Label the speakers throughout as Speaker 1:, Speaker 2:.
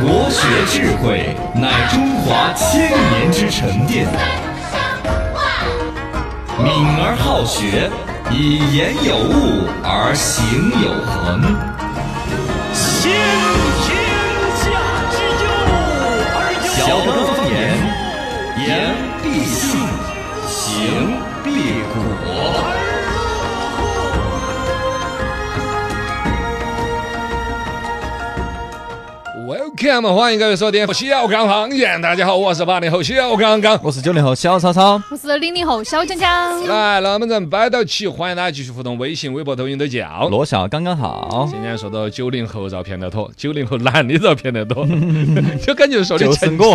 Speaker 1: 国学智慧乃中华千年之沉淀，敏而好学，以言有物而行有恒。
Speaker 2: 先天下之忧而忧
Speaker 1: 小德方言，言必信，行必果。
Speaker 3: Welcome，欢迎各位收听小刚方言。大家好，我是八零后小刚刚。
Speaker 4: 我是九零后小超超，
Speaker 5: 我是零零后小江江，
Speaker 3: 来，那我们咱们摆到起，欢迎大家继续互动，微信、微博、抖音都叫。
Speaker 4: 罗小刚刚好，
Speaker 3: 今天说到九零后遭骗得多，九零后男的遭骗得多， 就感觉说的
Speaker 4: 就是我，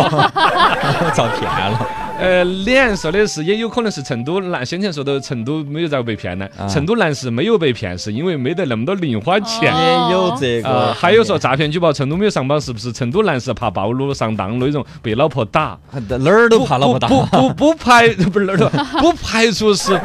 Speaker 3: 啊
Speaker 4: 遭骗了。
Speaker 3: 呃，脸说的是，也有可能是成都男。先前说到成都没有咋个被骗呢，成都男是没有被骗，是因为没得那么多零花钱。
Speaker 5: 哦
Speaker 4: 也呃有这
Speaker 3: 啊、
Speaker 4: 个，
Speaker 3: 还有说诈骗举报成都没有上榜，是不是成都男是怕暴露上当那种被老婆打？
Speaker 4: 哪儿都怕老婆打，
Speaker 3: 不不不不排不是哪儿头，不排除是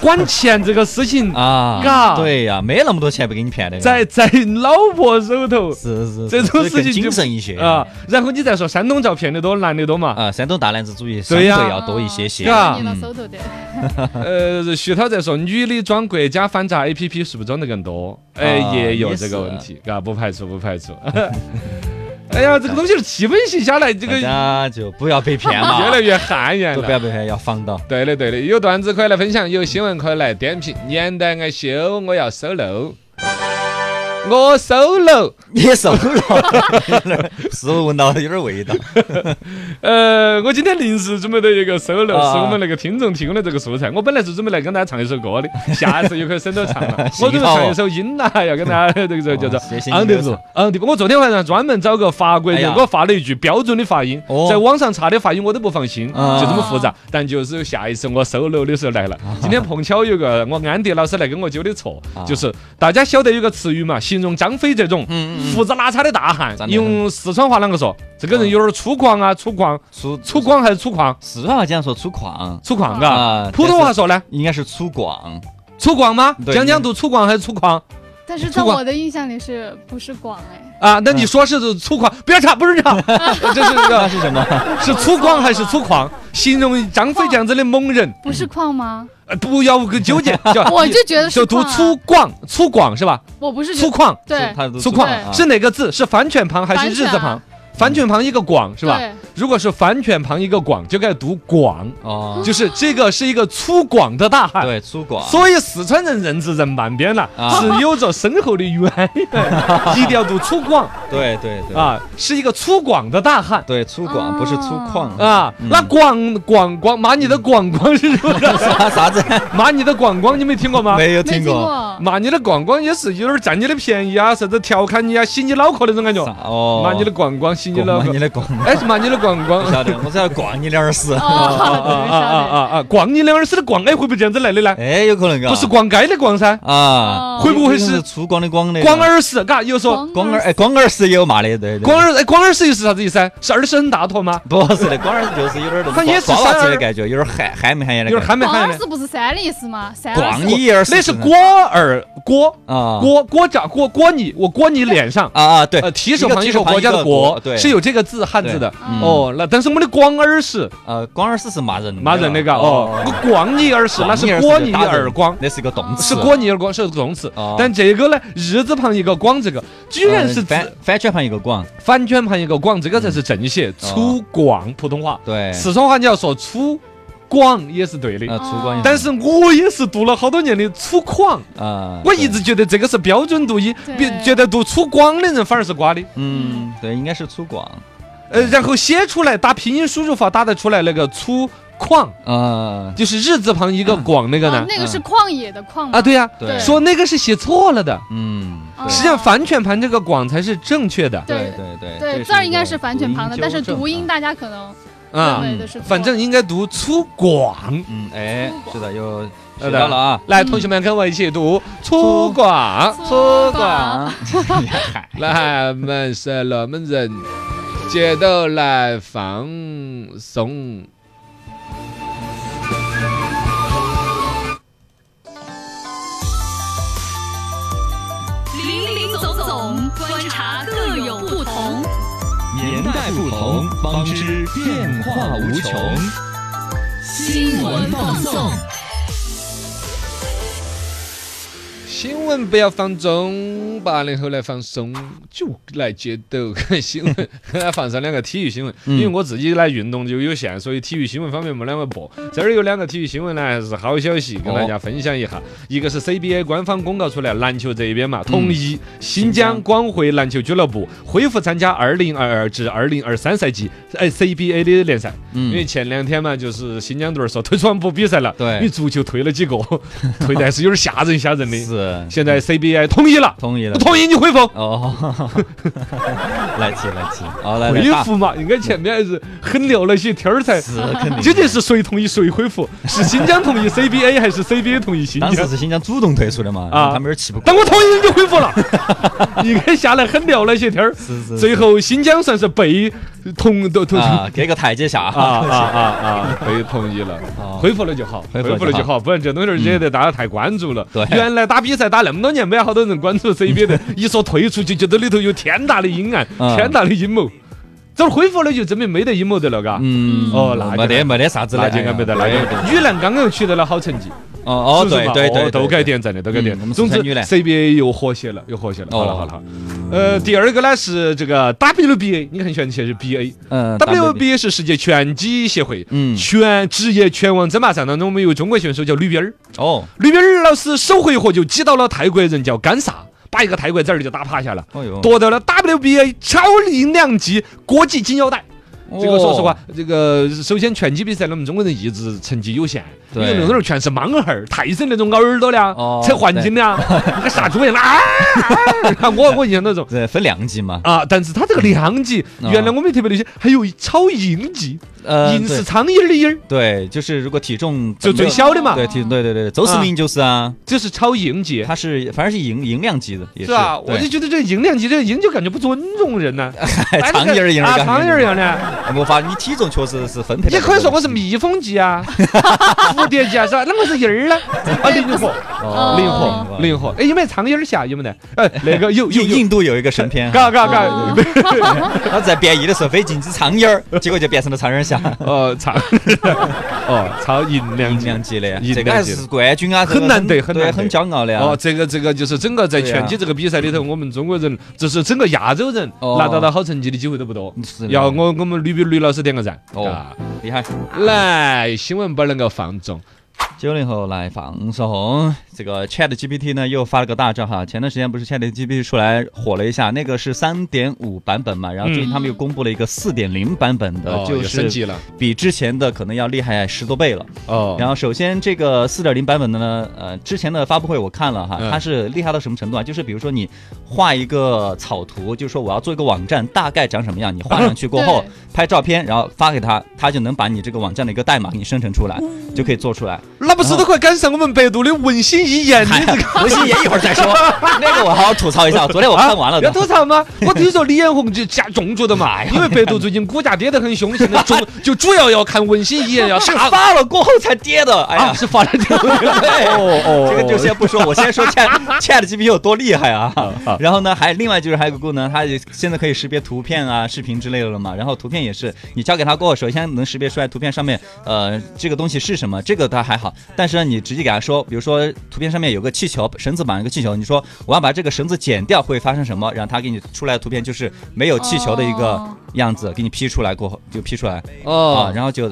Speaker 3: 管钱这个事情
Speaker 4: 啊，
Speaker 3: 嘎
Speaker 4: 对呀，没那么多钱被给你骗的，
Speaker 3: 在在老婆手头
Speaker 4: 是是是
Speaker 3: 这种
Speaker 4: 所以
Speaker 3: 事
Speaker 4: 更
Speaker 3: 情就
Speaker 4: 谨慎一些
Speaker 3: 啊。然后你再说山东照骗的多，男的多嘛？
Speaker 4: 啊，山东大男子主义相
Speaker 3: 对
Speaker 4: 对
Speaker 3: 呀
Speaker 4: 要多一些些，
Speaker 3: 嘎
Speaker 5: 捏到手头的，
Speaker 3: 呃，徐涛在说，女的装国家反诈 A P P 是不是装得更多？哎，
Speaker 4: 啊
Speaker 3: 也有
Speaker 4: 也
Speaker 3: 这
Speaker 4: 是啊
Speaker 3: 个问题，嘎，不排除，不排除。 哎呀，这个东西气氛性下来，这个
Speaker 4: 大
Speaker 3: 越
Speaker 4: 家就不要被骗了，
Speaker 3: 来越汗颜
Speaker 4: 哎都
Speaker 3: 了
Speaker 4: 不。要被骗，要防到。
Speaker 3: 对的，对的，有段子可以来分享，有新闻可以来点评。年代爱修，我要 solo，我 solo。
Speaker 4: 你瘦了，是不是闻到有点味道？
Speaker 3: 呃，我今天临时准备的一个 solo，、
Speaker 4: 啊
Speaker 3: 是我们那个听众提供的这个素材。我本来是准备来跟大家唱一首歌的，下次有可以省着唱了。 我准备唱一首英啦，要跟大家这个叫做
Speaker 4: 啊哦写信
Speaker 3: on
Speaker 4: 没
Speaker 3: the
Speaker 4: 有
Speaker 3: road on the road。我昨天晚上专门找个法国
Speaker 4: 哎
Speaker 3: 人
Speaker 4: 呀
Speaker 3: 给我发了一句标准的发音，
Speaker 4: 哦
Speaker 3: 在网上查的发音我都不放心，
Speaker 4: 啊
Speaker 3: 就这么复杂。但就是下一次我 solo 的时候来了。今天碰巧有个我安迪老师来跟我纠的错，
Speaker 4: 啊
Speaker 3: 就是大家晓得有个词语嘛，形容张飞这种胡子拉碴的大汉
Speaker 4: 长，得
Speaker 3: 用四川话啷个说？这
Speaker 4: 嗯
Speaker 3: 个人有点粗犷啊，粗犷。
Speaker 4: 粗
Speaker 3: 粗犷还是粗犷？
Speaker 4: 四川话讲说粗犷
Speaker 3: 粗犷嘎。
Speaker 4: 啊，
Speaker 3: 普通话说呢？
Speaker 4: 应该是粗犷，
Speaker 3: 粗犷吗？
Speaker 4: 对
Speaker 3: 江江读粗犷还是粗犷
Speaker 5: 但是在
Speaker 3: 粗犷
Speaker 5: 我的印象里是不是广哎？
Speaker 3: 啊？那你说是粗犷，不要查，不是 查，这是
Speaker 4: 嗯那
Speaker 3: 个
Speaker 4: 是什么？
Speaker 3: 是粗犷还是粗犷？形容张飞这样子的猛人，
Speaker 5: 不是矿吗？
Speaker 3: 呃不要 纠结，叫
Speaker 5: 我就觉得是
Speaker 3: 就读
Speaker 5: 矿啊
Speaker 3: 粗，犷，粗犷是吧？
Speaker 5: 我不是觉
Speaker 3: 粗犷，
Speaker 5: 对
Speaker 4: 他都
Speaker 3: 粗犷
Speaker 5: 对
Speaker 3: 是哪个字？是反犬旁还是日字旁
Speaker 5: 反犬？啊
Speaker 3: 反犬旁一个广是吧？
Speaker 5: 对
Speaker 3: 如果是反犬旁一个广，就该读广，
Speaker 4: 哦，
Speaker 3: 就是这个是一个粗犷的大汉。
Speaker 4: 对，粗犷。
Speaker 3: 所以四川人认字认半边了，
Speaker 4: 啊
Speaker 3: 是有着深厚的 渊源，一定要读粗犷
Speaker 4: 对对对，
Speaker 3: 啊，是一个粗犷的大汉。
Speaker 4: 对粗犷不是粗犷
Speaker 3: 啊，那广广广骂你的广广是什么？
Speaker 4: 啥啥子？
Speaker 3: 骂你的广广，你没听过吗？
Speaker 4: 嗯没有
Speaker 5: 没
Speaker 4: 听
Speaker 5: 听
Speaker 4: 过。
Speaker 5: 过，
Speaker 3: 骂你的广广也是有点占你的便宜啊，啥子调侃你啊，洗你脑壳那种感觉。
Speaker 4: 啥哦，
Speaker 3: 骂你的广广，洗你脑
Speaker 4: 逛，
Speaker 3: 壳
Speaker 4: 你，的逛，
Speaker 3: 哎，是骂你的广广。
Speaker 4: 不
Speaker 3: 啊
Speaker 4: 晓得，我只要逛你的耳屎。
Speaker 3: 啊
Speaker 5: 哦，
Speaker 3: 啊啊啊
Speaker 5: 对，
Speaker 3: 啊！逛你两耳屎的逛，哎，会不会这样子来的呢？
Speaker 4: 哎，有可能嘎。
Speaker 3: 不是逛街的逛噻，
Speaker 4: 啊，
Speaker 3: 会不会
Speaker 4: 有可能
Speaker 3: 是
Speaker 4: 是粗犷的光的？
Speaker 3: 逛耳屎？嘎，有
Speaker 5: 晓
Speaker 3: 说
Speaker 5: 得
Speaker 4: 光耳，哎，光耳屎也有骂的，对对。
Speaker 3: 光耳哎，光耳屎又是啥子意思啊？是耳屎很大坨吗？
Speaker 4: 不是的，光耳屎就是有点那
Speaker 3: 反正也
Speaker 4: 种
Speaker 3: 是
Speaker 4: 抓娃子
Speaker 3: 山耳
Speaker 4: 的感觉，有点憨憨没憨眼的
Speaker 3: 有
Speaker 4: 感觉。
Speaker 3: 点喊没
Speaker 5: 广
Speaker 3: 喊
Speaker 5: 耳
Speaker 3: 的
Speaker 5: 是。不是山的意思吗？山耳
Speaker 4: 逛
Speaker 5: 屎
Speaker 4: 你耳屎，
Speaker 3: 那是锅耳锅
Speaker 4: 啊
Speaker 3: 锅锅掌锅锅你我锅你脸上。
Speaker 4: 啊啊，对
Speaker 3: 呃，，提手
Speaker 4: 一个
Speaker 3: 旁一
Speaker 4: 提
Speaker 3: 个
Speaker 4: 手旁
Speaker 3: 国家
Speaker 4: 一
Speaker 3: 的
Speaker 4: 个
Speaker 3: 国，
Speaker 4: 国对
Speaker 3: 是有这个字汉字的
Speaker 4: 对
Speaker 5: 嗯
Speaker 3: 哦。那但是我们的广耳屎，
Speaker 4: 呃，光耳屎是骂人的，
Speaker 3: 骂人那个哦，我广你耳屎，那是
Speaker 4: 光
Speaker 3: 锅
Speaker 4: 耳屎
Speaker 3: 你
Speaker 4: 就
Speaker 3: 的
Speaker 4: 打人
Speaker 3: 耳光，
Speaker 4: 那是个动词，嗯
Speaker 3: 是锅你耳光，是个动词
Speaker 4: 哦。
Speaker 3: 但这个呢，日字旁一个广，这个居然是
Speaker 4: 嗯
Speaker 3: 字
Speaker 4: 反反圈旁一个广，
Speaker 3: 反圈旁一个广，这个才是正写，粗犷普通话。
Speaker 4: 嗯对，
Speaker 3: 四川话你要说粗犷也是对
Speaker 4: 呃
Speaker 3: 的，
Speaker 4: 粗犷一点，
Speaker 3: 但是我也是读了好多年的粗犷。
Speaker 4: 啊，
Speaker 3: 我
Speaker 4: 对
Speaker 3: 一直觉得这个是标准读音，
Speaker 5: 对
Speaker 3: 别觉得读粗犷的人反而是瓜的。
Speaker 4: 嗯，对，应该是粗犷，
Speaker 3: 呃，
Speaker 4: 嗯
Speaker 3: 然后写出来打拼音输入法打得出来那个粗犷，
Speaker 4: 啊，
Speaker 3: 就是日字旁一个广哦那个
Speaker 5: 啊
Speaker 3: 呢，？
Speaker 5: 那个是旷野的旷吗
Speaker 3: 啊，对，呀、
Speaker 4: 对，
Speaker 3: 说那个是写错了的，
Speaker 4: 嗯，
Speaker 5: 哦
Speaker 3: 实际上反犬旁这个广才是正确的
Speaker 4: 对
Speaker 5: 对
Speaker 4: 对对
Speaker 5: 对，字儿应该是反犬旁的，但是读音
Speaker 4: 大，
Speaker 5: 大家可能认
Speaker 3: 啊、
Speaker 5: 为的是错
Speaker 3: 反正应该读粗犷。
Speaker 4: 嗯，哎，
Speaker 5: 粗犷
Speaker 4: 是的，又学到了啊，
Speaker 3: 来，同学们跟我一起读粗犷。
Speaker 5: 粗犷，，
Speaker 4: 你 还
Speaker 3: 来，我们是我们人，节奏来放松。
Speaker 6: 林林总总，观察各有不同，
Speaker 1: 年代不同，方知变化无穷。
Speaker 6: 新闻放送。
Speaker 3: 新闻不要放纵，八零后来放松，就来接斗新闻， 来放上两个体育新闻，
Speaker 4: 嗯
Speaker 3: 因为我自己来运动就有限，所以体育新闻方面没啷个播。这儿有两个体育新闻呢，还是好消息，跟大家分享一下。一个是 CBA 官方公告出来，篮球这一边嘛，
Speaker 4: 嗯
Speaker 3: 统一新疆光辉篮球俱乐部恢复参加二零二二至二零二三赛季哎 CBA 的联赛，因为
Speaker 4: 嗯，
Speaker 3: 前两天嘛，就是新疆队儿说退出不比赛了，
Speaker 4: 对
Speaker 3: 你足球退了几个， 退的还是有点吓人吓人的。
Speaker 4: 是
Speaker 3: 现在 CBA 同意了，
Speaker 4: 同意了
Speaker 3: 不。同意你恢复。
Speaker 4: 哦， 来气来气，好来来
Speaker 3: 恢
Speaker 4: 打，
Speaker 3: 复嘛，应该前面还是很聊了些天儿才。
Speaker 4: 是肯定。
Speaker 3: 究竟是谁同意谁恢复？是新疆同意 CBA 还是 CBA 同意新
Speaker 4: 当时
Speaker 3: 疆？
Speaker 4: 是新疆主动退出的嘛，
Speaker 3: 啊
Speaker 4: 他们有点气不过。
Speaker 3: 但我同意你就恢 复了，应该下来很聊了些天儿。
Speaker 4: 是是
Speaker 3: 最后新疆算是被同都同 啊
Speaker 4: 啊，给个台阶下
Speaker 3: 啊啊 啊被同意了，恢复了就好，
Speaker 4: 恢
Speaker 3: 恢
Speaker 4: 复了就好
Speaker 3: 复了就好，不然这东西儿惹得大家太关注了。
Speaker 4: 对
Speaker 3: 原来打比赛打那么多年，没有好多人关注 CBA 的，一说退出就觉得里头有天大的阴暗，
Speaker 4: 嗯
Speaker 3: 天大的阴谋。这儿恢复了就证明没得阴谋得了，嘎。
Speaker 4: 嗯，
Speaker 3: 哦那就
Speaker 4: 没得没得啥子
Speaker 3: 那
Speaker 4: 了，
Speaker 3: 就应该没得，那
Speaker 4: 哎
Speaker 3: 就
Speaker 4: 呀对对对
Speaker 3: 女篮刚刚又取得了好成绩，
Speaker 4: 哦哦，
Speaker 3: 是不
Speaker 4: 对
Speaker 3: 是嘛
Speaker 4: 对
Speaker 3: 哦
Speaker 4: 对，
Speaker 3: 都该
Speaker 4: 对。
Speaker 3: 点赞的，都该点
Speaker 4: 嗯我。们
Speaker 3: 总之
Speaker 4: 四川女篮
Speaker 3: ，CBA 又和谐了，又和谐了。好了
Speaker 4: 哦
Speaker 3: 好了，好了呃，第二个呢是这个 WBA，你很喜欢去是 BA。
Speaker 4: 嗯
Speaker 3: WBA 是世界拳击协会，
Speaker 4: 嗯
Speaker 3: 全职业拳王争霸战当中，我们有中国选手叫吕冰儿，
Speaker 4: 哦，
Speaker 3: 吕冰儿老师首回合就击倒了泰国人叫甘萨，把一个泰国仔儿就打趴下了，
Speaker 4: 哎呦，
Speaker 3: 夺得了 WBA 超龄量级国际金腰带。
Speaker 4: 哦
Speaker 3: 这个说实话，这个首先拳击比赛呢，我们中国人一直成绩有限，因
Speaker 4: 对
Speaker 3: 为那种全是盲孩儿、泰森那种咬耳朵的啊
Speaker 4: 哦，
Speaker 3: 扯环筋的啊，那个啥猪样 的啊，啊我我印象那种。
Speaker 4: 这分量级嘛，
Speaker 3: 啊！但是他这个量级，
Speaker 4: 嗯
Speaker 3: 原来我们特别流行，还有超银级，
Speaker 4: 呃，
Speaker 3: 银是
Speaker 4: 对
Speaker 3: 苍蝇儿的蝇儿，
Speaker 4: 对，就是如果体重
Speaker 3: 就最小的嘛，
Speaker 4: 对体对对对，周世明就是啊，
Speaker 3: 这是超银级，
Speaker 4: 他是反正是银银量级的，也
Speaker 3: 是吧？我就
Speaker 4: 对，
Speaker 3: 觉得这银量级，这个银就感觉不尊重人呢，哎
Speaker 4: 苍蝇儿一样
Speaker 3: 啊，
Speaker 4: 感觉
Speaker 3: 苍蝇儿一样的。
Speaker 4: 没法，你体重确实是分配。
Speaker 3: 你可以说我是，蜜蜂级啊， 蝴蝶级啊，是吧？那我是蝇儿呢？啊，灵活。
Speaker 4: 哦
Speaker 3: 灵活，灵活。哎，有没有苍蝇儿侠？有没得？哎，那个 有有
Speaker 4: 印
Speaker 3: 有，啊
Speaker 4: 印度有一个神片，
Speaker 3: 嘎嘎嘎
Speaker 5: 哦，
Speaker 4: 他在变异的时候飞进只苍蝇儿，结果就变成了苍蝇侠，
Speaker 3: 哦，苍，哦，超银两
Speaker 4: 银
Speaker 3: 级。
Speaker 4: 量级的，
Speaker 3: 银
Speaker 4: 这个还
Speaker 3: 量级
Speaker 4: 是冠军啊，这个
Speaker 3: 很难得很
Speaker 4: 对
Speaker 3: 难得
Speaker 4: 很骄傲的
Speaker 3: 哦
Speaker 4: 啊，。
Speaker 3: 这个这个就是整个在
Speaker 4: 对啊
Speaker 3: 拳击这个比赛里头，我们中国人就是整个亚洲人
Speaker 4: 哦嗯
Speaker 3: 拿到了好成绩的机会都不多。
Speaker 4: 是的
Speaker 3: 要我我们吕比吕老师点个赞。
Speaker 4: 哦
Speaker 3: 啊
Speaker 4: 厉害，
Speaker 3: 来，新闻不能够放纵。
Speaker 4: 九零后来放松，这个 Chat GPT 呢又发了个大招哈。前段时间不是 Chat GPT 出来火了一下，那个是三点五版本嘛，然后最近他们又公布了一个四点零版本的，
Speaker 3: 哦
Speaker 4: 就
Speaker 3: 有升
Speaker 4: 是
Speaker 3: 级了。
Speaker 4: 比之前的可能要厉害十多倍了。
Speaker 3: 哦，
Speaker 4: 然后首先这个四点零版本的呢，呃，之前的发布会我看了哈，
Speaker 3: 嗯
Speaker 4: 它是厉害到什么程度啊？就是比如说你画一个草图，就是说我要做一个网站，大概长什么样，你画上去过 后
Speaker 5: 对
Speaker 4: 拍照片，然后发给他，他就能把你这个网站的一个代码给你生成出来，就可以做出来。
Speaker 3: 那不是都快赶上我们百度的文心一言的 这个
Speaker 4: 我先演一会儿再说， 啊那个我好好吐槽一下。昨天我看完了
Speaker 3: 要
Speaker 4: 的，
Speaker 3: 吐槽吗？我听说李彦宏就下重注的 嘛，因为百度最近股价跌得很凶， 现在重就主要要看文心一言要
Speaker 4: 是
Speaker 3: 杀。
Speaker 4: 发了过后才跌的。哎呀，哎
Speaker 3: 是发了 这
Speaker 4: 对
Speaker 3: 哦哦
Speaker 4: 这个就先不说，我先 说 Chat Chat GPT 有多厉害啊
Speaker 3: 啊！
Speaker 4: 然后呢，还另外就是还有个功能，它也现在可以识别图片啊、视频之类的了嘛。然后图片也是，你交给它过后，首先能识别出来图片上面呃这个东西是什么，这个它还好。但是呢，你直接给它说，比如说图片上面有个气球，绳子绑一个气球，你说我要把这个绳子剪掉会发生什么，然后它给你出来的图片就是没有气球的一个
Speaker 5: 哦
Speaker 4: 样子，给你 P 出来过后就 P 出来啊
Speaker 3: 哦，。
Speaker 4: 然后就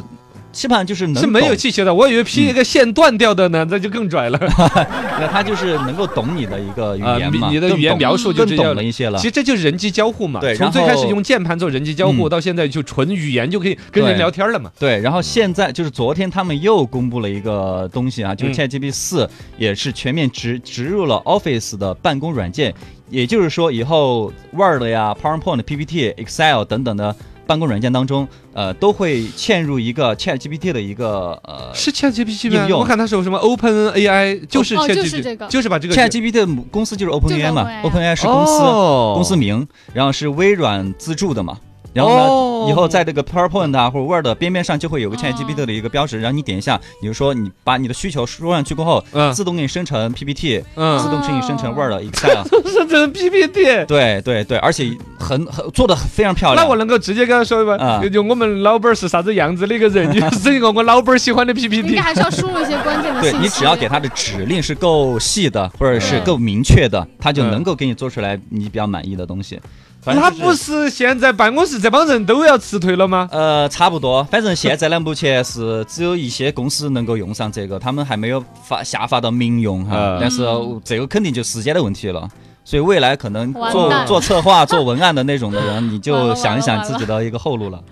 Speaker 4: 基本上就是能
Speaker 3: 是没有
Speaker 4: 懂
Speaker 3: 气球的，我以为劈一个线断掉的呢，那就更拽嗯了。
Speaker 4: 那他就是能够懂你的一个语
Speaker 3: 啊
Speaker 4: 言
Speaker 3: 你
Speaker 4: 嘛，
Speaker 3: 你的
Speaker 4: 更
Speaker 3: 语言
Speaker 4: 懂
Speaker 3: 描述就
Speaker 4: 更
Speaker 3: 这
Speaker 4: 懂
Speaker 3: 样
Speaker 4: 了一些了
Speaker 3: 其。实这就是人机交互嘛
Speaker 4: 对，
Speaker 3: 从
Speaker 4: 然
Speaker 3: 最开始
Speaker 4: 后
Speaker 3: 用键盘做人机交
Speaker 4: 嗯
Speaker 3: 互，到现在就纯语言就可以跟人
Speaker 4: 对
Speaker 3: 聊天了嘛。
Speaker 4: 对，然后现在就是昨天他们又公布了一个东西啊，就是
Speaker 3: 嗯
Speaker 4: ChatGPT 四也是全面植植入了 Office 的办公软件，也就是说以后 Word 呀、PowerPoint、PPT、Excel 等等的办公软件当中，呃，都会嵌入一个 ChatGPT 的一个呃
Speaker 3: 是 ChatGPT
Speaker 4: 应
Speaker 3: 吗？
Speaker 4: 用
Speaker 3: 我看它是有什么 Open AI，就是
Speaker 5: 哦
Speaker 3: ChatGPT，
Speaker 5: 就是这个
Speaker 3: 就是把这个
Speaker 4: ChatGPT 的母公司就是 OpenAI 啊嘛
Speaker 5: OpenAI
Speaker 4: ，OpenAI 是公司。
Speaker 3: 哦
Speaker 4: 公司名，然后是微软资助的嘛，然后呢，
Speaker 3: 哦
Speaker 4: 以后在这个 PowerPoint 啊或者 Word 的边边上就会有个
Speaker 5: 哦
Speaker 4: ChatGPT 的一个标志，然后你点一下，比如说你把你的需求输上去过后，
Speaker 3: 嗯
Speaker 4: 自动给你生成 PPT，
Speaker 3: 嗯
Speaker 4: 自动给你生成 Word、Excel。
Speaker 3: 是这 PPT。
Speaker 4: 对对对，而且很很做的非常漂亮。
Speaker 3: 那我能够直接跟他说吗？
Speaker 4: 啊
Speaker 3: 就就我们老板是啥子样子的一个人， 就是一个我老板喜欢的
Speaker 5: 应
Speaker 3: PPT
Speaker 5: 该。还是要输入一些关键的
Speaker 4: 对
Speaker 5: 信息。
Speaker 4: 你只要给它的指令是够细的，或者是够明确的，它就能够给你做出来你比较满意的东西。 反正
Speaker 3: 那
Speaker 4: 就是
Speaker 3: 不是现在办公室这帮人都要辞退了吗？
Speaker 4: 呃，差不多，反正现在呢，目前是只有一些公司能够用上这个，他们还没有发下发到民用哈
Speaker 3: 嗯。
Speaker 4: 但是这个肯定就时间的问题了。所以未来可能
Speaker 5: 完
Speaker 4: 做
Speaker 5: 蛋
Speaker 4: 做策划、做文案的那种的人，你
Speaker 5: 完了
Speaker 4: 就想一
Speaker 5: 完
Speaker 4: 想
Speaker 5: 了
Speaker 4: 自己的一个后路了。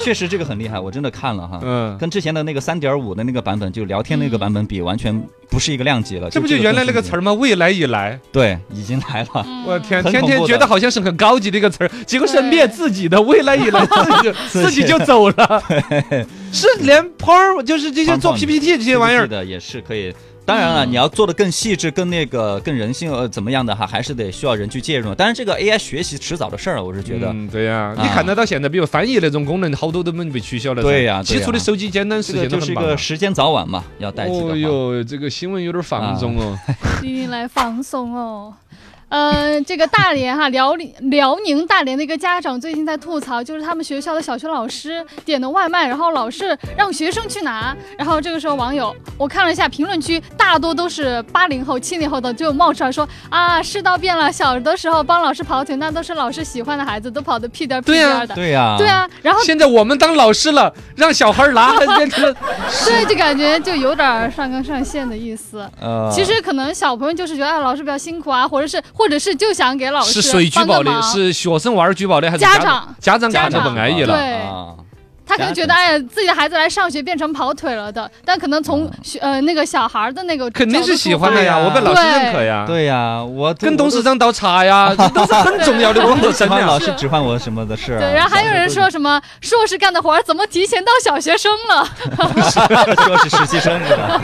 Speaker 4: 确实，这个很厉害，我真的看了哈。
Speaker 3: 嗯，
Speaker 4: 跟之前的那个三点五的那个版本，就聊天那个版本比，完全不是一个量级了。
Speaker 3: 这不就
Speaker 4: 个
Speaker 3: 原来
Speaker 4: 更
Speaker 3: 那个
Speaker 4: 新
Speaker 3: 词儿吗？未来以来，
Speaker 4: 对，已经来了。
Speaker 3: 我天，
Speaker 4: 很
Speaker 3: 天
Speaker 4: 恐
Speaker 3: 天
Speaker 4: 怖
Speaker 3: 觉
Speaker 4: 的
Speaker 3: 得好像是很高级的一个词儿，结果是
Speaker 5: 对
Speaker 3: 灭自己的未来 以来，自己自己就走了。是连 PowerPoint 就是这些做
Speaker 4: PowerPoint
Speaker 3: PPT 这些玩意儿，嗯
Speaker 4: 的也是可以。当然了，你要做的更细致、更那个、更人性，呃，怎么样的哈，还是得需要人去介入。当然，这个 AI 学习迟早的事儿，我是觉得。
Speaker 3: 嗯，对呀、
Speaker 4: 啊
Speaker 3: 你看得到现在，比如翻译那种功能，好多都没被取消了噻。
Speaker 4: 对呀对
Speaker 3: 起
Speaker 4: 呀
Speaker 3: 初的手机简单
Speaker 4: 这
Speaker 3: 实
Speaker 4: 个
Speaker 3: 现都
Speaker 4: 就是
Speaker 3: 很
Speaker 4: 一
Speaker 3: 棒
Speaker 4: 个
Speaker 3: 啊。
Speaker 4: 时间早晚嘛，要带这个
Speaker 3: 哦
Speaker 4: 话。
Speaker 3: 哟，这个新闻有点放纵哦。
Speaker 5: 最近来放松哦。呃，这个大连哈辽宁辽宁大连的一个家长最近在吐槽，就是他们学校的小学老师点的外卖，然后老是让学生去拿，然后这个时候网友我看了一下评论区，大多都是八零后、七零后的就冒出来说啊，世道变了，小的时候帮老师跑腿，那都是老师喜欢的孩子，都跑得屁颠儿屁
Speaker 3: 对
Speaker 5: 颠
Speaker 3: 呀
Speaker 5: 儿的。
Speaker 4: 对呀，
Speaker 5: 对，啊，然 后
Speaker 3: 现在我们当老师了，让小孩拿，还变成了
Speaker 5: 对，就感觉就有点儿上纲上线的意思。
Speaker 3: 啊
Speaker 4: 呃，
Speaker 5: 其实可能小朋友就是觉得啊，老师比较辛苦啊，或者是或者是就想给老师
Speaker 3: 是谁举
Speaker 5: 帮个
Speaker 3: 报的？
Speaker 5: 忙
Speaker 3: 是学生娃儿举报的，还是
Speaker 5: 家
Speaker 3: 长
Speaker 5: 长？
Speaker 3: 家长看
Speaker 5: 家
Speaker 3: 着
Speaker 5: 长
Speaker 3: 不安逸了。
Speaker 5: 对
Speaker 4: 啊，
Speaker 5: 他可能觉得哎呀，自己的孩子来上学变成跑腿了的，但可能从学呃那个小孩儿的那个
Speaker 3: 嗯肯定是喜欢
Speaker 5: 角
Speaker 3: 的
Speaker 4: 对啊
Speaker 3: 呀，我被老
Speaker 5: 度出
Speaker 3: 师认可呀，
Speaker 4: 对呀，我
Speaker 3: 跟董事
Speaker 4: 在
Speaker 3: 长倒茶呀，这都是很重要的工 作，
Speaker 4: 喜
Speaker 3: 真
Speaker 4: 欢老
Speaker 3: 的。
Speaker 4: 师指唤我什么的事儿
Speaker 5: 发
Speaker 4: 啊。
Speaker 5: 对，然后还有人说什么硕士干的活儿怎么提前到小学生了？
Speaker 4: 说是实习生是吧？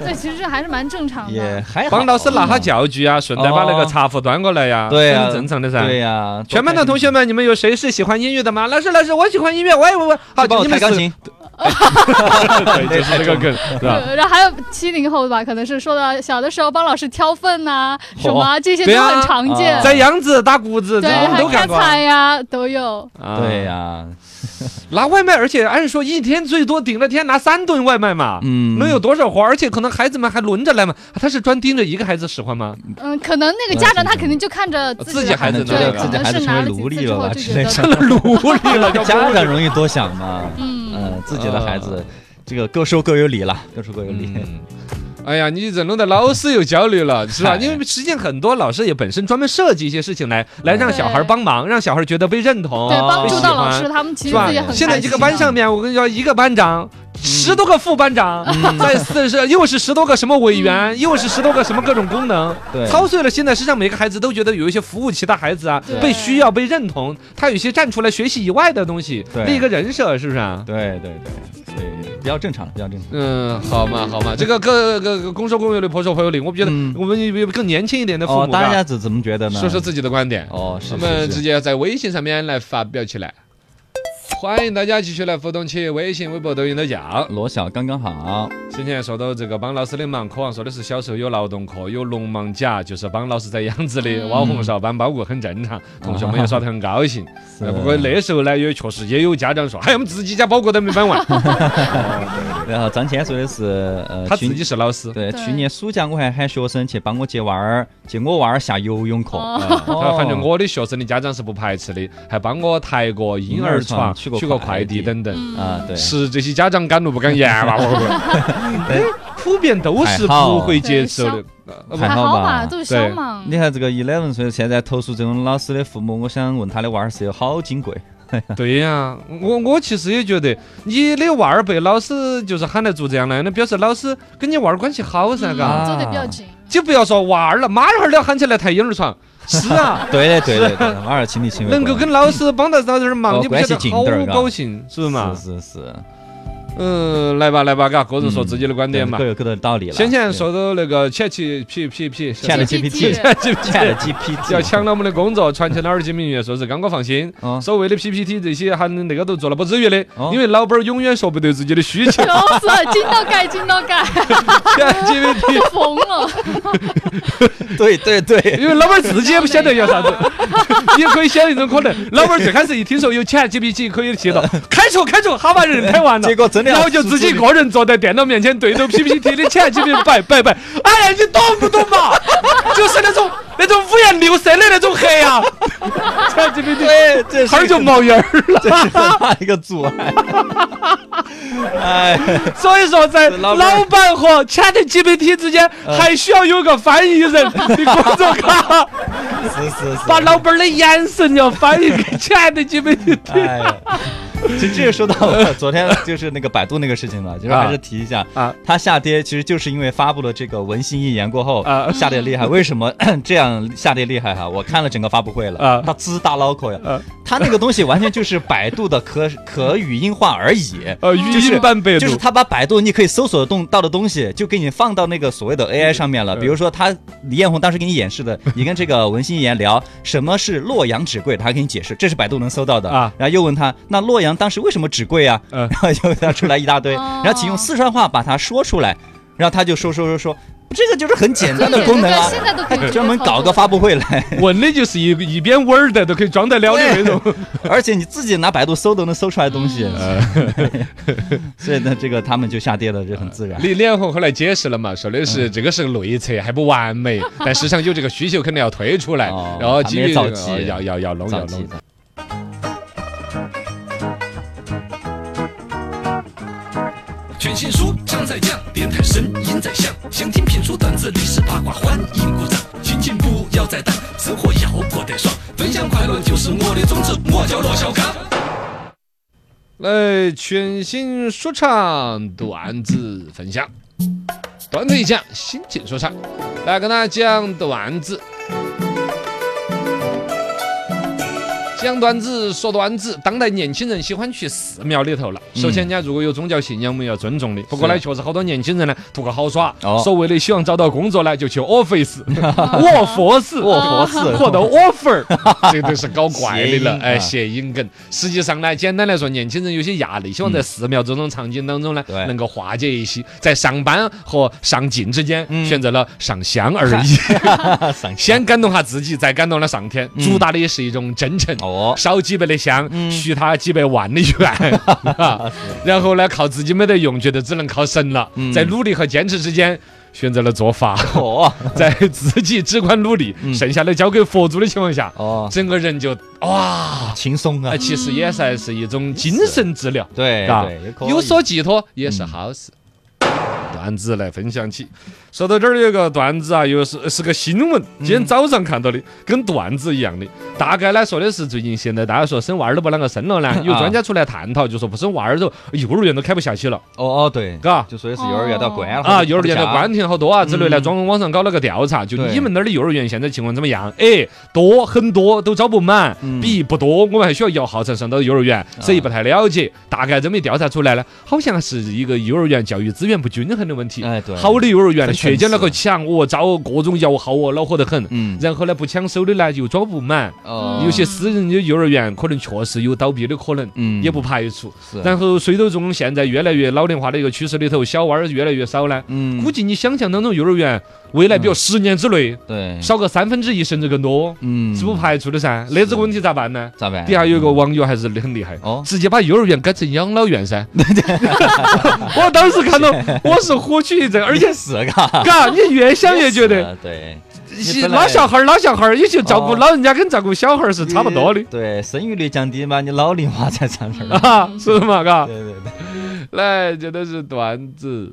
Speaker 5: 对，其实还是蛮正常
Speaker 4: 也
Speaker 5: 的。
Speaker 4: 还好
Speaker 3: 帮老师拿下教具啊，顺带把那个茶壶端过来呀，
Speaker 4: 对
Speaker 3: 这
Speaker 4: 呀，
Speaker 3: 很正常的
Speaker 4: 对
Speaker 3: 噻。
Speaker 4: 呀，
Speaker 3: 全班的同学们，你们有谁是喜欢音乐的吗？老师，老师，我喜欢音乐，我也我我好，
Speaker 4: 就帮
Speaker 3: 你
Speaker 4: 我
Speaker 3: 们
Speaker 4: 弹钢
Speaker 3: 是哎
Speaker 4: 琴，
Speaker 3: 对，就是这个梗，是 吧？
Speaker 5: 对，然后还有七零后吧，可能是说的小的时候帮老师挑粪呐、什么啊这些
Speaker 3: 对
Speaker 5: 都
Speaker 3: 啊
Speaker 5: 很常见
Speaker 4: 啊。
Speaker 3: 摘杨子、打谷子，这
Speaker 5: 对，
Speaker 3: 我们
Speaker 5: 还
Speaker 3: 都
Speaker 5: 有
Speaker 3: 干
Speaker 5: 开
Speaker 3: 过啊。
Speaker 5: 采呀都有。
Speaker 3: 啊
Speaker 4: 对呀，
Speaker 3: 拿外卖，而且按说一天最多顶了天拿三顿外卖嘛，
Speaker 4: 嗯
Speaker 3: 能有多少活儿？而且可能孩子们还轮着来嘛，啊他是专盯着一个孩子使唤吗？
Speaker 5: 嗯，可能那个家长他肯定就看着
Speaker 3: 自
Speaker 5: 自
Speaker 3: 己
Speaker 5: 己的
Speaker 3: 孩
Speaker 5: 孩
Speaker 3: 子
Speaker 5: 子，
Speaker 3: 呢
Speaker 5: 对，
Speaker 3: 自
Speaker 5: 可
Speaker 3: 己
Speaker 5: 能
Speaker 4: 呃孩子成为
Speaker 5: 是拿了
Speaker 4: 奴
Speaker 5: 几
Speaker 4: 隶
Speaker 5: 次之
Speaker 4: 了
Speaker 5: 后
Speaker 4: 吧
Speaker 5: 就
Speaker 4: 之类
Speaker 5: 觉
Speaker 4: 的
Speaker 5: 得，
Speaker 3: 奴隶了，要不
Speaker 4: 家长容易多想嘛。
Speaker 5: 嗯，
Speaker 4: 嗯，自己的孩子，这个各说各有理了，各说各有理。
Speaker 3: 嗯哎呀，你这弄得老师又焦虑了，是吧？
Speaker 4: 嗨
Speaker 3: 因为实际上很多老师也本身专门设计一些事情来来让
Speaker 5: 对
Speaker 3: 小孩帮忙，让小孩觉得被认同，
Speaker 5: 对， 帮
Speaker 3: 被
Speaker 5: 助
Speaker 3: 哦喜
Speaker 5: 到老
Speaker 3: 欢
Speaker 5: 师，他们其
Speaker 3: 是
Speaker 5: 实
Speaker 3: 吧
Speaker 5: 自己很？开
Speaker 3: 现在一
Speaker 5: 心啊
Speaker 3: 个班上面，我跟你说，一个班长，十多个副班长， 再四是又是十多个什么委员，
Speaker 5: 嗯
Speaker 3: 又是十多个什么各种功能，
Speaker 4: 对
Speaker 3: 操碎了心呢，是让每个孩子都觉得有一些服务其他孩子啊，
Speaker 5: 对
Speaker 3: 被需要、被认同，他有一些站出来学习以外的东西，
Speaker 4: 对
Speaker 3: 立一个人设，是不是啊？
Speaker 4: 对对对，所以比较正常，比较正常。
Speaker 3: 嗯，好嘛，好嘛，这个各个公说公有理，婆说婆有理。我觉得
Speaker 4: 嗯
Speaker 3: 我们有没有更年轻一点的父
Speaker 4: 哦，
Speaker 3: 母，
Speaker 4: 大家怎怎么觉得呢？
Speaker 3: 说说自己的观点，
Speaker 4: 哦，是
Speaker 3: 我们
Speaker 4: 是
Speaker 3: 直
Speaker 4: 是。
Speaker 3: 接在微信上面来发表起来。欢迎大家继续来互动起，微信、微博、抖音都叫。
Speaker 4: 罗小刚刚好，
Speaker 3: 之前说到这个帮老师的忙，渴望说的是小时候有劳动课，有农忙假，就是帮老师在养殖的挖红苕、搬苞谷，很正
Speaker 4: 啊
Speaker 3: 常。同学们也耍得很 高兴。呃不过那时候呢，也确实也有家长说，哎，我们自己家苞谷都没 搬完，
Speaker 4: 啊然后张谦说的是，呃，
Speaker 3: 他
Speaker 4: 去
Speaker 3: 自己是老师。
Speaker 4: 对，
Speaker 5: 对
Speaker 4: 去年暑假我还喊学生去帮我接娃儿，接我娃儿下游泳课。
Speaker 5: 哦
Speaker 3: 啊，他反正
Speaker 4: 哦
Speaker 3: 我的学生的家长是不排斥的，还帮我抬过婴
Speaker 4: 婴儿
Speaker 3: 儿床、
Speaker 4: 床哦取过
Speaker 3: 取过
Speaker 4: 快
Speaker 3: 快递
Speaker 4: 递
Speaker 3: 等等。
Speaker 5: 嗯
Speaker 4: 啊，对，
Speaker 3: 是这些家长敢怒不敢言 吧？我我哎普遍都是不会接受的。呃
Speaker 4: 还
Speaker 5: 还
Speaker 4: 好
Speaker 5: 好
Speaker 4: 吧
Speaker 5: 嘛，都是小
Speaker 3: 对
Speaker 5: 忙
Speaker 4: 你。看这个 Eleven 说现在投诉这种老师的父母，我想问他的娃儿是有好金贵？
Speaker 3: 对呀、我我其实也觉得，你的娃儿被老师就是喊来做这样的，那表示老师跟你娃儿关系好噻，嘎、
Speaker 5: 嗯走得比较紧，
Speaker 3: 就不要说娃儿了，妈儿都要喊起来抬婴
Speaker 4: ，
Speaker 3: 儿床。是啊
Speaker 4: 对的，对的，对的娃儿亲力亲为。
Speaker 3: 能够跟老师帮到到点儿忙，
Speaker 4: 哦
Speaker 3: 你不晓
Speaker 4: 关系
Speaker 3: 得
Speaker 4: 近
Speaker 3: 好
Speaker 4: 点儿嘎
Speaker 3: 高兴，是不是嘛？
Speaker 4: 是是是。
Speaker 3: 嗯，来吧来吧，嘎，个人说自己的观点嘛
Speaker 4: 各。有各的道理了。
Speaker 3: 先前说到那个 Chat P P P P，
Speaker 4: 欠了 GPT，
Speaker 5: Chat
Speaker 4: Chat GPT
Speaker 3: 要抢了我们的工作，传承了耳机明月，说是刚哥放心
Speaker 4: 嗯，
Speaker 3: 所谓的 PPT 这些喊那个都做了不至于的
Speaker 4: 哦，
Speaker 3: 因为老板儿永远说不对自己的需
Speaker 4: 啊
Speaker 3: 求。
Speaker 5: 笑死了，金到盖，金到盖，
Speaker 3: GPT，
Speaker 5: 疯了，
Speaker 4: 对对对，
Speaker 3: 因为老板儿自己也不晓得要啥子，也可以想一种可能，老板儿最开始一听说有 Chat GPT 可以提到，开除开除，哈把人开完了
Speaker 4: 结。果真的要
Speaker 3: 然后就自己一个人坐在电脑面前对着 PPT 的前几屏摆摆摆，哎呀，你懂不懂嘛？ 就是那种那种五颜六色的那种黑啊， 前几屏
Speaker 4: 对，哎这
Speaker 3: 哈儿
Speaker 4: 是
Speaker 3: 就冒烟儿了。
Speaker 4: 这是很大的一个阻碍。哎，
Speaker 3: 所以说，在
Speaker 4: 老嗯
Speaker 3: 老板和 Chat GPT 之间，还需要有个翻 译人你工作卡，
Speaker 4: 是是是，
Speaker 3: 把老板的眼神要翻译给 Chat GPT。
Speaker 4: 哎，其实这个说到了昨天就是那个百度那个事情了，就是还是提一下
Speaker 3: 啊，
Speaker 4: 它下跌其实就是因为发布了这个文心一言过后
Speaker 3: 啊
Speaker 4: 下跌厉 害。为什么 这样下跌厉害哈？我看了整个发布会了
Speaker 3: 啊，
Speaker 4: 它滋大脑壳呀
Speaker 3: 啊，
Speaker 4: 它那个东西完全就是百度的可可语音化而已。
Speaker 3: 呃，语音版百
Speaker 4: 就是
Speaker 3: 度，
Speaker 4: 他把百度你可以搜索动到的东西，就给你放到那个所谓的 AI 上面了。比如说，他李彦宏当时给你演示的，你跟这个文心一言聊什么是洛阳纸贵，他给你解释，这是百度能搜到的
Speaker 3: 啊
Speaker 4: 然后又问他，那洛阳当时为什么纸贵啊？
Speaker 3: 嗯
Speaker 4: 然后又他出来一大堆，
Speaker 5: 哦
Speaker 4: 然后请用四川话把它说出来，然后他就说说说说，这个就是很简单的功能啊
Speaker 5: 对。现在都可
Speaker 4: 他
Speaker 3: 哎
Speaker 5: 以直接
Speaker 4: 专门
Speaker 5: 操作
Speaker 4: 搞个发布会来，
Speaker 3: 问的就是一一边 Word 都可以装得了的 那种。
Speaker 4: 而且你自己拿百度搜都能搜出来的东西， 所以呢，这个他们就下跌了，这很自然。
Speaker 3: 李连宏后来解释了嘛，说的
Speaker 4: 嗯
Speaker 3: 是这个是个内测，还不 完美，但市场有这个需求，肯定要推出来
Speaker 4: 哦，
Speaker 3: 然后基于
Speaker 4: 还没
Speaker 3: 这
Speaker 4: 早
Speaker 3: 个
Speaker 4: 期
Speaker 3: 哦要要要弄要
Speaker 4: 早期
Speaker 3: 弄。
Speaker 4: 的。
Speaker 1: 全新书唱在酱，电台声音在响，想听评书段子、历史八卦，欢迎鼓掌。心情不要再淡，生活要过得爽，分享快乐就是我的宗旨。我叫罗小刚。
Speaker 3: 来，全新说唱段子分享，段子一讲，心情说唱，来跟大家讲段子。讲段子，说段子。当代年轻人喜欢去寺庙里头了。首先，人家如果有宗教信仰，我们要尊重的。不过呢，确实好多年轻人呢，图个好耍
Speaker 4: 哦，
Speaker 3: 所谓的希望找到工作呢，就去 office，卧佛寺，
Speaker 4: 卧佛寺
Speaker 3: 啊获得 offer，这都是搞怪
Speaker 4: 谐
Speaker 3: 的了
Speaker 4: 音。啊
Speaker 3: 哎，谐音梗。实际上呢，简单来说，年轻人有些压力，希望在寺庙这种场景当中呢，
Speaker 4: 嗯对
Speaker 3: 能够化解一些，在上班和上进之间
Speaker 4: 嗯
Speaker 3: 选择了上香而已。
Speaker 4: 上线
Speaker 3: 先感动下自己，再感动了上天，主打的也是一种真诚。
Speaker 4: 哦，嗯
Speaker 3: 烧几百的香，许他几百万的 愿，啊 然后呢，靠自己没得用，觉得只能靠神了。
Speaker 4: 嗯
Speaker 3: 在努力和坚持之间，选择了做法，
Speaker 4: 哦
Speaker 3: 在自己只管努力，剩下的交给佛祖的情况下，
Speaker 4: 嗯哦，
Speaker 3: 整个人就哇，
Speaker 4: 轻松啊
Speaker 3: 哎，，其实也算是一种精神治疗，
Speaker 4: 对
Speaker 3: 嘎
Speaker 4: 对，也可以嗯
Speaker 3: 有所寄托也是好事。段子来分享起，说到这儿有个段子啊，又是是个新闻，
Speaker 4: 嗯
Speaker 3: 今天早上看到的，跟段子一样的。大概呢说的是最近现在大家说生娃儿都不啷个生 了呢，有
Speaker 4: 啊
Speaker 3: 专家出来探讨，就说不生娃儿都幼儿园都开不下去了，
Speaker 4: 哦哦对，
Speaker 3: 嘎。
Speaker 4: 就所以是幼儿园都要关了
Speaker 3: 啊，幼儿园的
Speaker 4: 关
Speaker 3: 关停好多啊之类的，
Speaker 4: 嗯
Speaker 3: 专门网上搞了个调查，就
Speaker 4: 对
Speaker 3: 你们那儿的幼儿园现在情况怎么样？哎，多很多都招不满
Speaker 4: 嗯，
Speaker 3: 比不多，我们还需要摇号才上到幼儿园，所以不太了解。大概这么一调查出来呢，好像是一个幼儿园教育资源不均衡的问题。
Speaker 4: 哎对，
Speaker 3: 好的幼儿园呢，
Speaker 4: 分层
Speaker 3: 学前那
Speaker 4: 次
Speaker 3: 个抢哦，招各种摇号哦，恼火得很。
Speaker 4: 嗯
Speaker 3: 然后呢，不抢手的呢又招不满，
Speaker 4: 哦
Speaker 3: 有些私人的幼儿园可能确实有倒闭的可能，
Speaker 4: 嗯
Speaker 3: 也不排除。
Speaker 4: 是
Speaker 3: 然后随着这种现在越来越老龄化的一个趋势里头，小娃儿越来越少呢，
Speaker 4: 嗯
Speaker 3: 估计你想象当中幼儿园未来比如十年之内
Speaker 4: 对
Speaker 3: 少个三分之一甚至更多，
Speaker 4: 嗯
Speaker 3: 是不排除的噻。那这个问题咋办呢？
Speaker 4: 咋办？
Speaker 3: 底下有一个网友还是很厉害
Speaker 4: 哦，。
Speaker 3: 直接把幼儿园改成养老院噻。我当时看到我是火气一阵，而且
Speaker 4: 是嘎，
Speaker 3: 嘎，你越想越 觉
Speaker 4: 也
Speaker 3: 得
Speaker 4: 是对
Speaker 3: 是
Speaker 4: 本来
Speaker 3: 拉小孩儿拉小孩儿，也就照顾
Speaker 4: 哦
Speaker 3: 老人家跟照顾小孩儿是差不多的
Speaker 4: 对生育率降低嘛，你老龄化才上面了。
Speaker 3: 啊， 是嘛？嘎，
Speaker 4: 对对对，
Speaker 3: 来，这都是段子，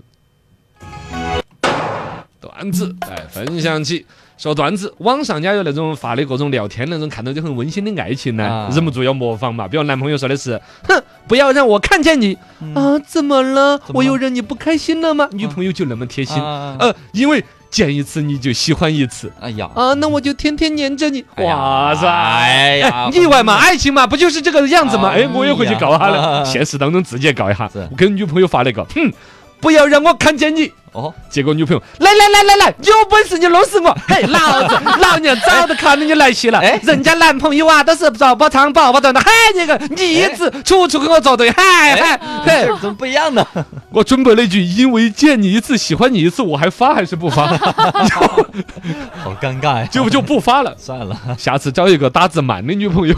Speaker 3: 段子来哎分享起。说段子，网上人家有那种发的各种聊天那种，看到就很温馨的爱情呢
Speaker 4: 啊，
Speaker 3: 忍不住要模仿嘛。比如男朋友说的是：“哼，不要让我看见你啊，怎么了？
Speaker 4: 嗯么嗯
Speaker 3: 我又惹你不开心了吗？”女朋友就那么贴心，
Speaker 4: 啊
Speaker 3: 呃，因为见一次你就喜欢一次
Speaker 4: 哎呀，
Speaker 3: 啊，那我就天天黏着你。
Speaker 4: 哎呀
Speaker 3: 哇塞，
Speaker 4: 哎呀
Speaker 3: 意外嘛，爱情嘛，不就是这个样子嘛？
Speaker 4: 哎
Speaker 3: 哎
Speaker 4: 呀，
Speaker 3: 我也回去搞他
Speaker 4: 啊
Speaker 3: 了，现实当中直接搞一下
Speaker 4: 是。
Speaker 3: 我跟女朋友发了一个，哼，不要让我看见你。
Speaker 4: 哦，
Speaker 3: 结果女朋友来来来来来，有本事你弄死 我！嘿，老子老娘早都看着你来气了。
Speaker 4: 哎
Speaker 3: 人家男朋友啊都是找不长宝宝的，嗨你个你一直处处跟我作
Speaker 4: 哎
Speaker 3: 对，嗨嗨嘿
Speaker 4: 这！怎么不一样呢？
Speaker 3: 我准备了一句，因为见你一次喜欢你一次，我还发还是不发？
Speaker 4: 好尴尬呀，
Speaker 3: 就就不发了。
Speaker 4: 算了，
Speaker 3: 下次找一个搭子慢的 女朋友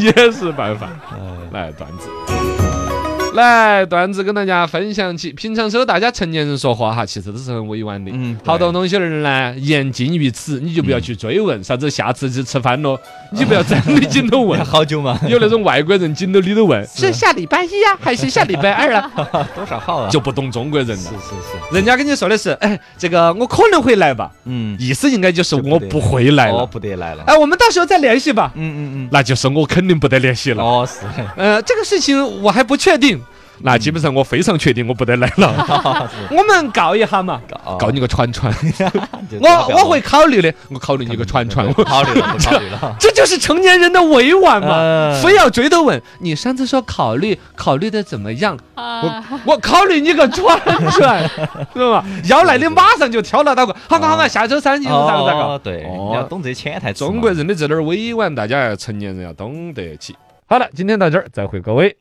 Speaker 3: 也是办法。来段子，来段子跟大家分享起。平常时候大家成年人说话哈，其实都是很委婉的。
Speaker 4: 嗯。
Speaker 3: 好多东西儿呢，言尽于此，你就不要去追问啥子下次去吃饭 咯，你不要真的紧头问
Speaker 4: 好久嘛，
Speaker 3: 有那种外国人紧头里头问，是下礼拜一 呀、还是下礼拜二啊？
Speaker 4: 多少号啊？
Speaker 3: 就不懂中国人了
Speaker 4: 是。是是，
Speaker 3: 人家跟你说的是，哎，这个我可能会来吧，
Speaker 4: 嗯，
Speaker 3: 意思应该就是
Speaker 4: 就不
Speaker 3: 我
Speaker 4: 得
Speaker 3: 不会来
Speaker 4: 哦，
Speaker 3: 了。
Speaker 4: 不得来了，
Speaker 3: 哎，我们到时候再联系吧。
Speaker 4: 嗯嗯
Speaker 3: 那就是我肯定不得联系
Speaker 4: 嗯，
Speaker 3: 了。
Speaker 4: 哦是，
Speaker 3: 呃，这个事情我还不确定。那基本上我非常确定我不得来了。 我们搞一下嘛，
Speaker 4: 搞
Speaker 3: 搞你个串串。
Speaker 4: 就
Speaker 3: 我
Speaker 4: 多表
Speaker 3: 我会考虑的，我考虑你个 串串。。
Speaker 4: 不考虑了，不考虑 了
Speaker 3: 这就是成年人的委婉 嘛，
Speaker 4: 嗯
Speaker 3: 非要追得稳。你上次说考虑，考虑的怎么样？
Speaker 5: 啊，
Speaker 3: 我我考虑你个串串，是吧？要来的马上就挑了，到个好嘛好嘛，下周三你们咋个咋个
Speaker 4: 哦？对，
Speaker 3: 哦
Speaker 4: 你要懂这潜台词嘛。
Speaker 3: 中国人的这点儿委婉，大家要成年人要懂得起。好了，今天到这儿，再会各位。